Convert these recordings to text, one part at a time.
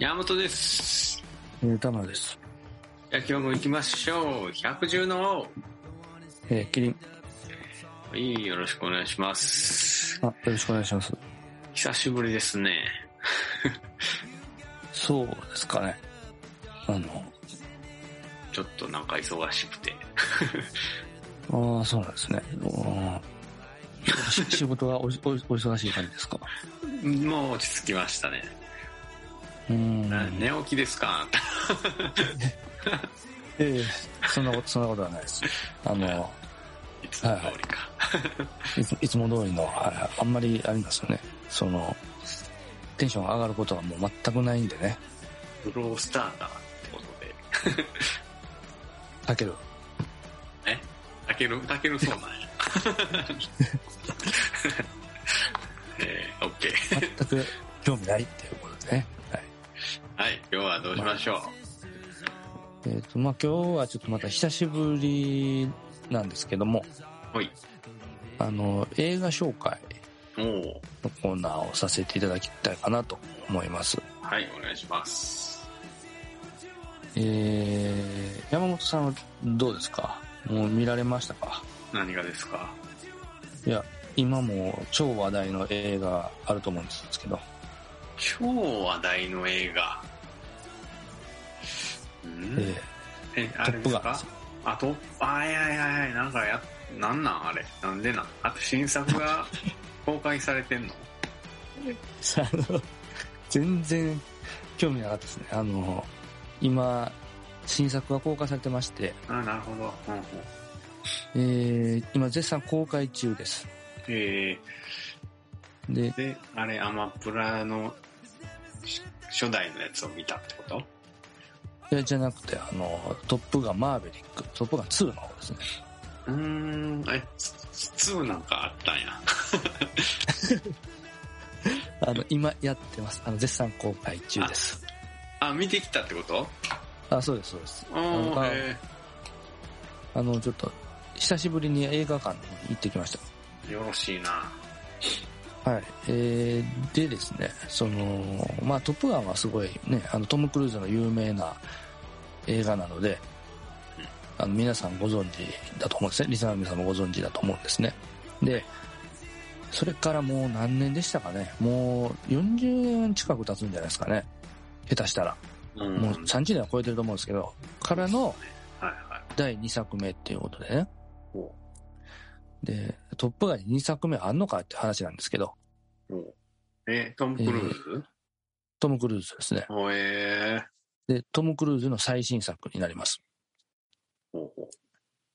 本です。えー、玉野です。じゃあ今日も行きましょう。110のえー、キリン。王。いい、よろしくお願いします。あ、よろしくお願いします。久しぶりですね。そうですかね。あちょっとなんか忙しくて。の、ああ、そうなんですね。あーし仕事はおおお忙しい感じですか。もう落ち着きましたね。うーん。な寝起きですかええそんなこと、そんなことはないです。あの、いつも通りか。いついつも通りの、ああんまりありますよね。その、テンションが上がることはもう全くないんでね。ブロースターターってことで。だけど、えたける、たけるそうなんや。 えー、オッケー。全く興味ないっていうことでね。はい。はい、今日はどうしましょう。えっ、と、まあ、今日はちょっとまた久しぶりなんですけども、ほい。あの、映画紹介おーのコーナーをさせていただきたいかなと思います。はい、お願いします。えー、山本さんはどうですかもう見られましたか何がですかいや、今も超話題の映画あると思うんですけど、超話題の映画。えんー、え、あれですトップガンでかすあと、あ、いやいやいや、なんかや、なんなんあれ。なんでなんあと新作 が公開されてんのさあの、全然興味なかったですね。あの、今、新作が公開されてまして、あ、なるほど。うんうん。えー、今絶賛公開中です。えでー、、で、あれ、アマプラのし初代のやつを見たってこといやじゃなくて、あの、トップガンマーベリック、トップガン2の方ですね。うーん、え、つつ2なんかあったんや。あの、今やってます。あの、絶賛公開中です。あ、見てきたってことあそうです、そうです。あなんかあ、えあの、ちょっと、久しぶりに映画館に行ってきましー、よろしいな。た。はい。えー、でですね、その、まあ、トップガンはすごいね、あの、トム・クルーズの有名な映画なので、あの、皆さんご存知だと思うんですね。リスナーの皆さんもご存知だと思うんですね。で、それからもう何年でしたかね。もう40年近く経つんじゃないですかね。下手したら。うんもう30年は超えてると思うんですけど、からのはいはい。第2作目っていうことでね。おで、トップガンに2作目あんのかって話なんですけど、おえ、トム・クルーズ、トム・クルーズですね。おえで、トム・クルーズの最新作になります。ー、おお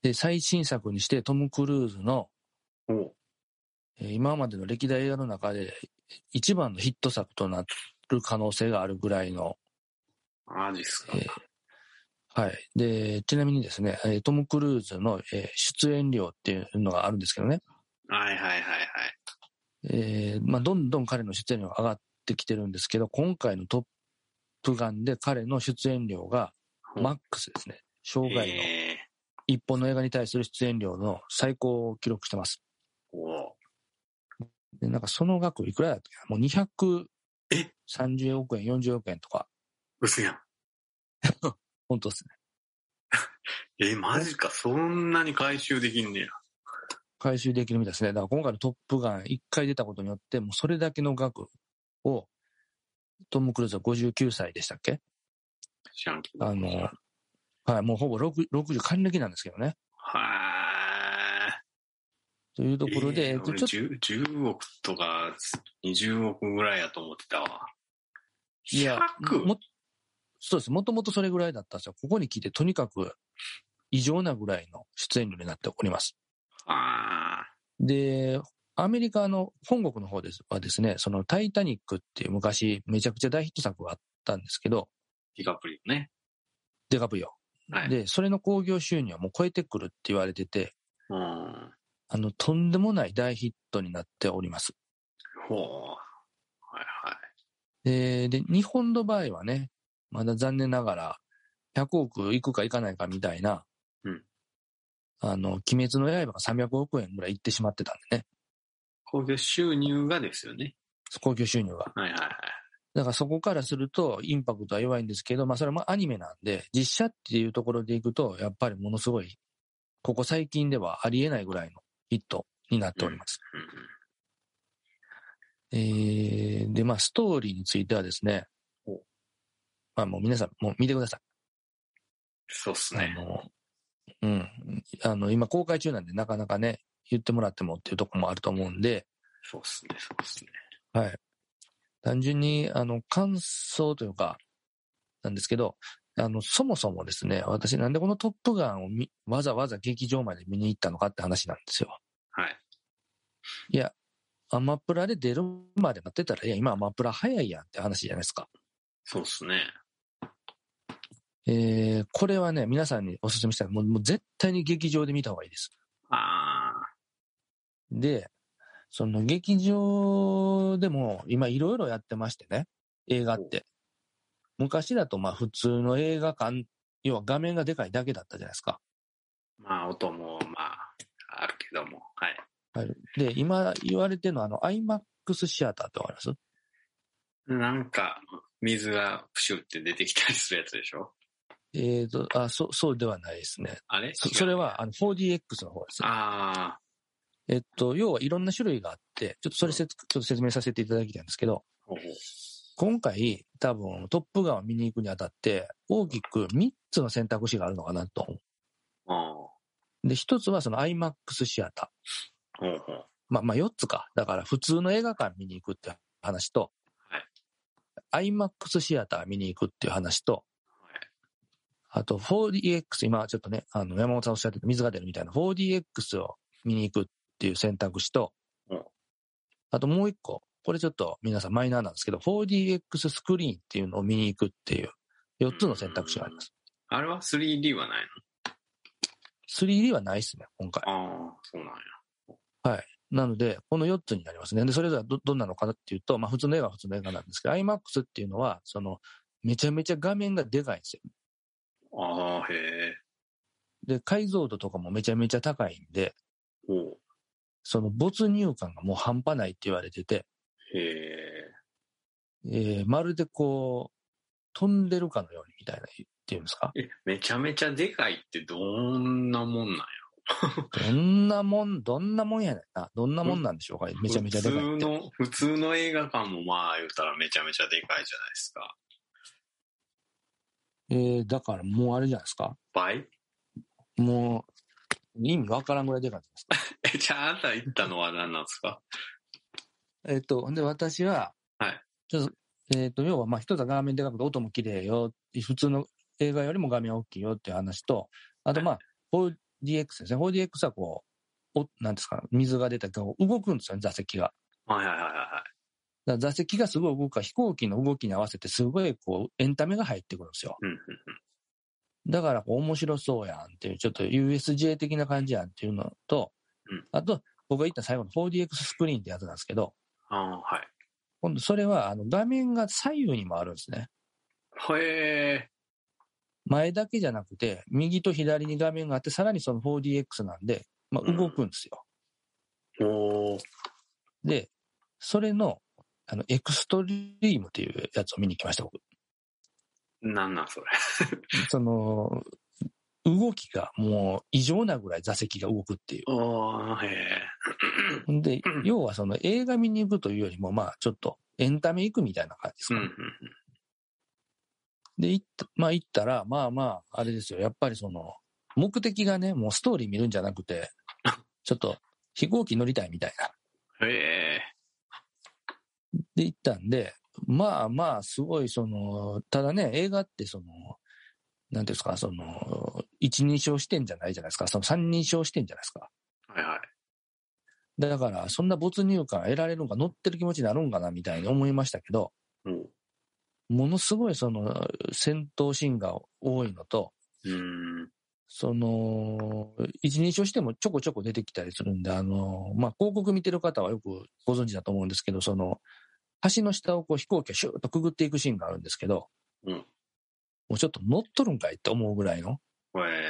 で、最新作にしてトム・クルーズの、おえー今までの歴代映画の中で一番のヒット作となる可能性があるぐらいの、マジっすか。えーはい。で、ちなみにですね、えートム・クルーズの、えー出演料っていうのがあるんですけどね、はいはいはいはい。えーまあ、どんどん彼の出演料が上がってきてるんですけど、今回のトップガンで彼の出演料がマックスですね。生涯のえ一本の映画に対する出演料の最高を記録してます。ー、おで、なんかその額いくらだったかなもうえ230億円、40億円とか、うすやん。本当ですね。え、マジか。そんなに回収できんねや。回収できるみたいですね。だから今回のトップガン1回出たことによって、もうそれだけの額を、トム・クルーズは59歳でしたっけ知らんけど。あの、はい、もうほぼ60、60還暦なんですけどね。はというとーい。ころえで、えーっと俺ちょっと、 10, 10億とか20億ぐらいやと思ってたわ。いや、 100? も、そうです。もともとそれぐらいだったんですよ。ここに来て、とにかく異常なぐらいの出演料になっております。あで、アメリカの本国の方ですはですね、そのタイタニックっていう昔めちゃくちゃ大ヒット作があったんですけど、ー、ディカプリオね。デカプリオ。はい。で、それの興行収入はもう超えてくるって言われてて、うん。あの、とんでもない大ヒットになっております。ほう。はいはい。で、で、日本の場合はね、まだ残念ながら、100億いくかいかないかみたいな、うんあの、鬼滅の刃が300億円ぐらいいってしまってたんでね、工業収入がですよね。興行収入が。はいはいはい。だからそこからするとインパクトは弱いんですけど、まあそれもアニメなんで、実写っていうところでいくと、やっぱりものすごい、ここ最近ではありえないぐらいのヒットになっております。えー、で、まあストーリーについてはですねお、まあもう皆さん、もう見てください。そうっすあね。の、うん。あの、今公開中なんで、なかなかね、言ってもらってもっていうところもあると思うんで、そうっすね、そうっすね。単純に、あの、感想というか、なんですけど、あの、そもそもですね、私なんでこのトップガンを見わざわざ劇場まで見に行ったのかって話なんですよ。はい。いや、アマプラで出るまで待ってたら、いや、今アマプラ早いやんって話じゃないですか。そうっすね。えー、これはね、皆さんにお勧めしたい。もうもう絶対に劇場で見た方がいいです。あで、その劇場でも今いろいろやってましてね、映画って。昔だとまあ普通の映画館、要は画面がでかいだけだったじゃないですか。ー、まあ音もまあ、あるけども。はい。で、今言われてるのはあの IMAX シアターってわかりますなんか、水がプシュって出てきたりするやつでしょえーと、あ、そ、そうではないですね。あれそそれ。はあの 4DX の方ですね。ああ、えっと、要はいろんな種類があって、ちょっとそれせつちょっと説明させていただきたいんですけど、ほうほう今回、多分、トップガンを見に行くにあたって、大きく3つの選択肢があるのかなと思あう。で、1つはその IMAX シアター。ーほうほう。まあ、まあ4つか。だから普通の映画館見に行くって話と、IMAX シアター見に行くっていう話と、はいあと 4DX、今ちょっとね、あの、山本さんおっしゃってた水が出るみたいな 4DX を見に行くっていう選択肢とうん、あともう一個、これちょっと皆さんマイナーなんですけど、4DX スクリーンっていうのを見に行くっていう4つの選択肢があります。あれは 3D はない 3D はないですね、今回。のああ、そうなんや。なので、この4つになりますね。で、それぞれど、どんなのかなっていうと、まあ普通の映画は普通の映画なんですけど、IMAX っていうのは、その、めちゃめちゃ画面がでかいんですよ。ああ、へえ。で、解像度とかもめちゃめちゃ高いんで、ほう。その没入感がもう半端ないって言われてて、へえ。えーまるでこう、飛んでるかのようにみたいな、っていうんですか。え、めちゃめちゃでかいってどんなもんなんやどんなもん、どんなもんやねんな。どんなもんなんでしょうか。めちゃめちゃでかい普通って。の、普通の映画館もまあ言ったらめちゃめちゃでかいじゃないですか。えーだからもうあれじゃないですか。倍もう、意味わからんぐらいでかいじゃないで え、すか。じゃああんた行ったのは何なんですかえっと、ほんで、私は、はいちょっと、えっと、要は、まあ、一つは画面でかくて音も綺麗よ。普通の映画よりも画面大きいよっていう話と、あと、まあ、4DX ですね。4DX はこう、お、なんですか、水が出たりこう動くんですよね、座席が。はいはいはいはいはい。だから座席がすごい動くから、飛行機の動きに合わせて、すごい、こう、エンタメが入ってくるんですよ。うんうんだから、こう面白そうやんっていう、ちょっと USJ 的な感じやんっていうのとうん、あと、僕が言った最後の 4DX スクリーンってやつなんですけど、ああ、はい。今度それはあの画面が左右にもあるんですね。へえ。前だけじゃなくて、右と左に画面があって、さらにその 4DX なんで、まあ、うん動くんですよ。おーで、それの、あの、エクストリームっていうやつを見に来ました、僕。なんなんそれ。その、動きがもう異常なぐらい座席が動くっていおーへえ。う。んでうん、要はその映画見に行くというよりも、まあ、ちょっとエンタメ行くみたいな感じですうかんうね、んで、行った、まあ行ったら、まあまあ、あれですよ。やっぱりその、目的がね、もうストーリー見るんじゃなくて、ちょっと飛行機乗りたいみたいな。うん。へえ。で行ったんで、まあまあ、すごいその、ただね、映画ってその、なんていうんですか、その、一人称視点じゃないじゃないですか。その三人称視点じゃないですか。はいはい。だから、そんな没入感得られるのか、乗ってる気持ちになるんかな、みたいに思いましたけど、おうものすごいその、戦闘シーンが多いのと、うーん。その、一人称してもちょこちょこ出てきたりするんで、あの、まあ、広告見てる方はよくご存知だと思うんですけど、その、橋の下をこう飛行機がシューッとくぐっていくシーンがあるんですけど、うんもうちょっと乗っとるんかいって思うぐらいの、へえ。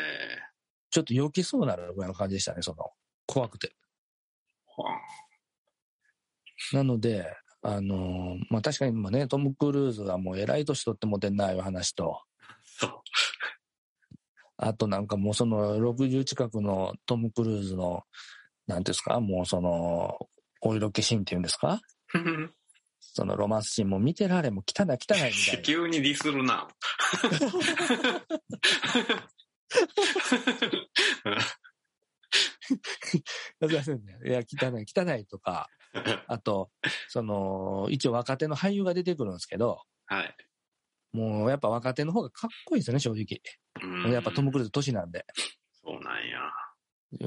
ちょっと避けそうなるぐらいの感じでしたね、その、怖くて。はあなので、あの、まあ、確かに今ね、トム・クルーズがもう偉い年取ってもてんないう話と、そう。あとなんかもうその60近くのトム・クルーズの、なんていうんですか、もうその、お色気シーンっていうんですか そのロマンスシーンも見てられも汚い汚いみたいな。急にディスるな。いや、汚い汚いとか、あと、その、一応若手の俳優が出てくるんですけど、はい。もうやっぱ若手の方がかっこいいですよね、正直。うんやっぱトム・クルーズ年なんで。そうなん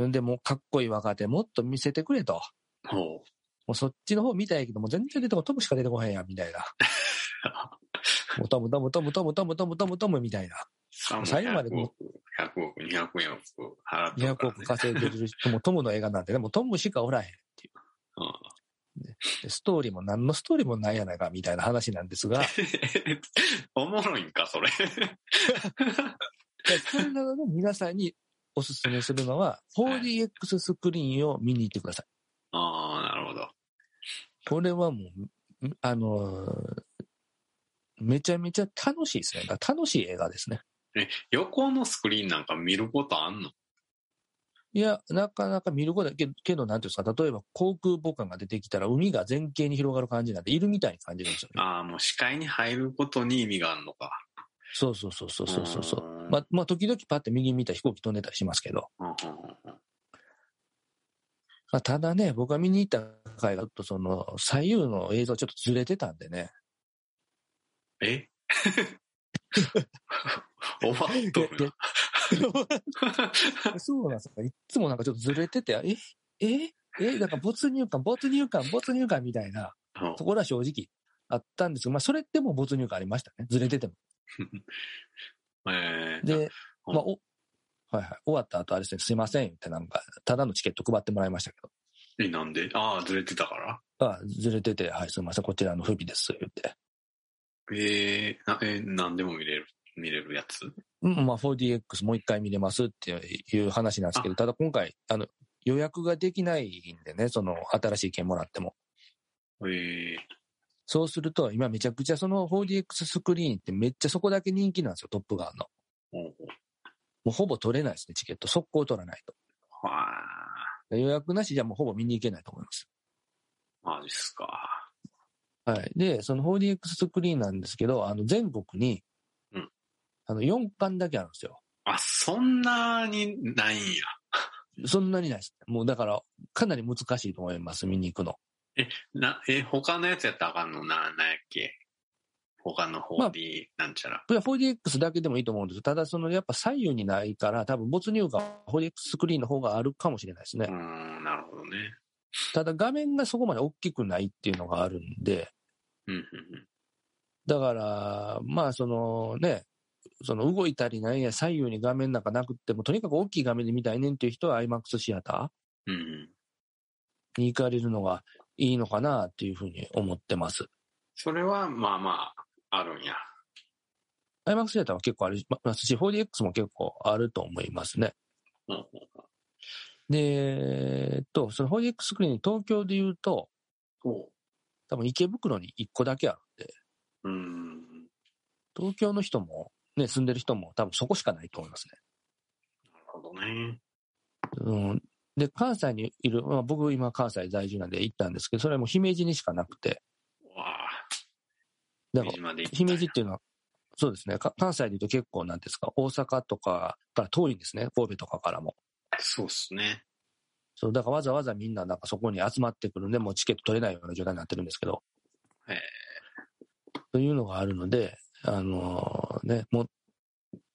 や。でもうかっこいい若手もっと見せてくれと。ほう。もうそっちの方見たいけど、もう全然出てこトムしか出てこへんやん、みたいな。もうトムトムトムトムトムトムトムトムみたいな。最後まで100億、100億、200億払って200億稼いでる人もトムの映画なんてね、もうトムしかおらへんっていう。でストーリーも何のストーリーもないやないか、みたいな話なんですが、うん、 おもろいんか、それ。でそんなので皆さんにおすすめするのは、4DX スクリーンを見に行ってください。ああ、なるほど。これはもう、あのーめちゃめちゃ楽しいですね。だから楽しい映画ですね。横のスクリーンなんか見ることあんのいや、なかなか見ることだけけど、なんていうんですか、例えば航空母艦が出てきたら、海が全景に広がる感じなんで、いるみたいに感じるんですよね。ああ、もう視界に入ることに意味があるのか。そうそうそうそうそうそうそう。んまあ、まあ、時々パッて右見た飛行機飛んでたりしますけど、うんうんうんまあ、ただね、僕が見に行った回が、ちょっとその、左右の映像ちょっとずれてたんでね、え 終わっとるそうなんですか、いっつもなんかちょっとずれてて、えええなんか没入感、没入感、没入感みたいなな。ところは正直あったんですけど、まあ、それでも没入感ありましたね、ずれてても。えー、で、うんまあ、お、はいはい、終わった後あれですね、すいません、ってなんか、ただのチケット配ってもらいましたけど、えなんでああ、ずれてたからあずれてて、はい、すいません、こちらの不備です、言って。えー、なえー、なんでも見れる、見れるやつうん、まあ 4DX もう一回見れますっていう話なんですけど、ただ今回、あの、予約ができないんでね、その、新しい券もらっても。えー、そうすると、今めちゃくちゃその 4DX スクリーンってめっちゃそこだけ人気なんですよ、トップガンの。おうもうほぼ取れないですね、チケット。速攻取らないと。はあ、予約なしじゃもうほぼ見に行けないと思います。マジっすか。はい。で、その 4DX スクリーンなんですけど、あの、全国に、うんあの、4巻だけあるんですよ。あ、そんなにないんや。そんなにないです。もうだから、かなり難しいと思います、見に行くの。な、え、他のやつやったらあかんのな、なんやっけ。他の方に、なんちゃら。いや 4DX だけでもいいと思うんですただ、そのやっぱ左右にないから、多分没入感、4DX スクリーンの方があるかもしれないですねう。ーん、なるほどね。ただ、画面がそこまで大きくないっていうのがあるんで、うん、うん、だから、まあ、そのね、その動いたりなんや、左右に画面なんかなくっても、とにかく大きい画面で見たいねんっていう人は IMAX シアタうん。うんうん。ーに行かれるのがいいのかなっていうふうに思ってます。それは、まあまあ、あるんや。 IMAX シアターは結構ありますし、4DX も結構あると思いますね。うんうんで、えっと、その 4DX スクリーン、東京で言うと、そ多分池袋に1個だけあるんで、う。うーん。東京の人も、ね、住んでる人も多分そこしかないと思いますなるほどね。ね。うん、で、関西にいる、まあ、僕今関西在住なんで行ったんですけど、それはもう姫路にしかなくて、うわあ。だからまで行ったんや姫路っていうのは、そうですね、か関西で言うと結構なんていうんですか、大阪とかから遠いんですね、神戸とかからも。そうっすね。そう、だからわざわざみんななんかそこに集まってくるんで、もうチケット取れないような状態になってるんですけど。へえというのがあるので、あのね、もう、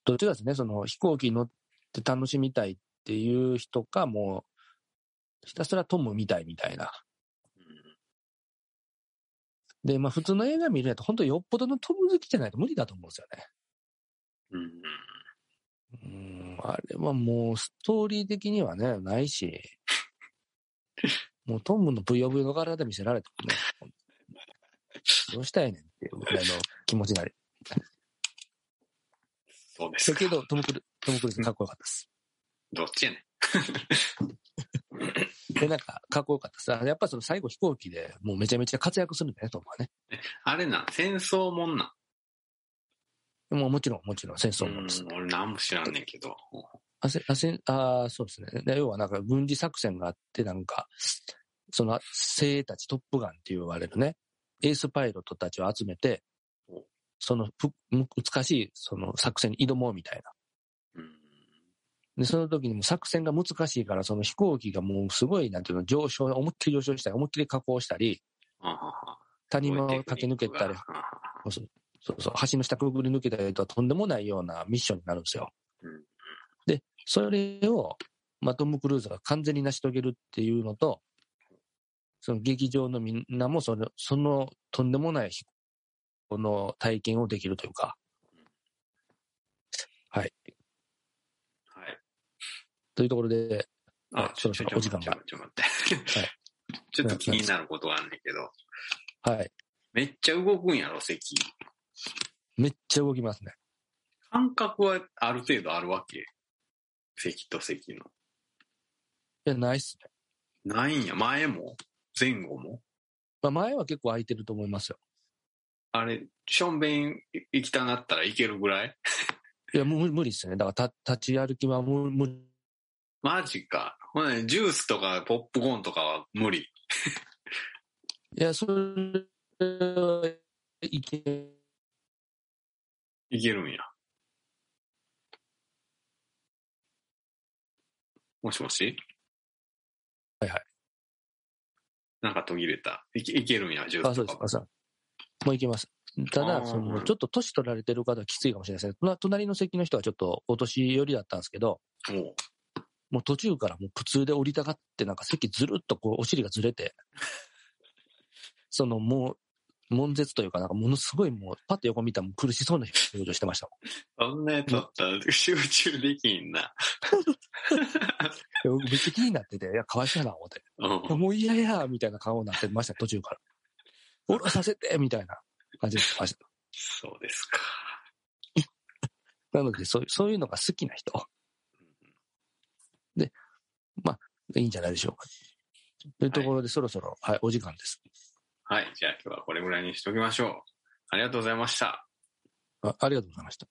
どっちかですね、その飛行機に乗って楽しみたいっていう人か、もう、ひたすらトムみたいみたいな。うんで、まあ普通の映画見るやと、本当よっぽどのトム好きじゃないと無理だと思うんですよね。うんうん。うん、あれはもうストーリー的にはね、ないし、もうトムのブヨブヨの体で見せられてもね、どうしたいねんっていうぐらいの気持ちになる。そうですだか。けど、トムクル、トムクルーズかっこよかったです。どっちやねん。で、なんか、かっこよかったさ。やっぱその最後飛行機でもうめちゃめちゃ活躍するんだね、トムはね。あれな、戦争もんな。もうもちろん、もちろん、戦争もんんです。俺なんも知らんねんけど。あせあせあーそうですね。で要はなんか軍事作戦があって、なんか、その精鋭たちトップガンって言われるね、エースパイロットたちを集めてお、そのふ難しいその作戦に挑もうみたいうな。ん。で、その時にも作戦が難しいから、その飛行機がもうすごい、なんていうの、上昇、思いっきり上昇したり、思いっきり加工したり、あはは谷間を駆け抜けたり、あははそうそうそう、橋の下くぐり抜けたりとはとんでもないようなミッションになるんですよ。うんで、それを、まあ、トム・クルーズが完全に成し遂げるっていうのと、その劇場のみんなもその、そのとんでもない飛行の体験をできるというか、はい。というところで、あ、そろそろちょお時間がちょちょちょ待って。は ちょっと気になることがあんねんけど、はい、めっちゃ動くんやろ、席。めっちゃ動きますね。感覚はある程度あるわけ。席と席の。いや、ないっすね。ないんや、前も前後もまあ、前は結構空いてると思いますよ。あれ、ションベン行きたなったらいけるぐらいいや、もう無理っすね。だから、た立ち歩きはもう無理。マジか。ほなジュースとかポップコーンとかは無理。いや、それはいけいけるんや。もしもしはいはい。なんか途切れた。いけいけるんや、ジューあ、スそうとですかか、そうもう行けます。たあだ、ーそのうんちょっと年取られてる方はきついかもしれないですね。とな隣の席の人はちょっとお年寄りだったんですけど、も。おうもう途中からもう苦痛で降りたがって、なんか席ずるっとこうお尻がずれて、 そのもう、悶絶というか、なんかものすごいもう、パッと横見たらもう苦しそうな表情してましたもそんなやつだったら集中できんな。ん。いやめっちゃ気になってて、いや、かわいそうやな、思って。うんもう嫌や、みたいな顔になってました、途 中から。降ろさせて、みたいな感じでました。そうですか。なのでそう、そういうのが好きな人。で、まあ、いいんじゃないでしょうか。というところで、そろそろ、はい、お時間です。はい。じゃあ今日はこれぐらいにしておきましょう。ありがとうございました。あありがとうございました。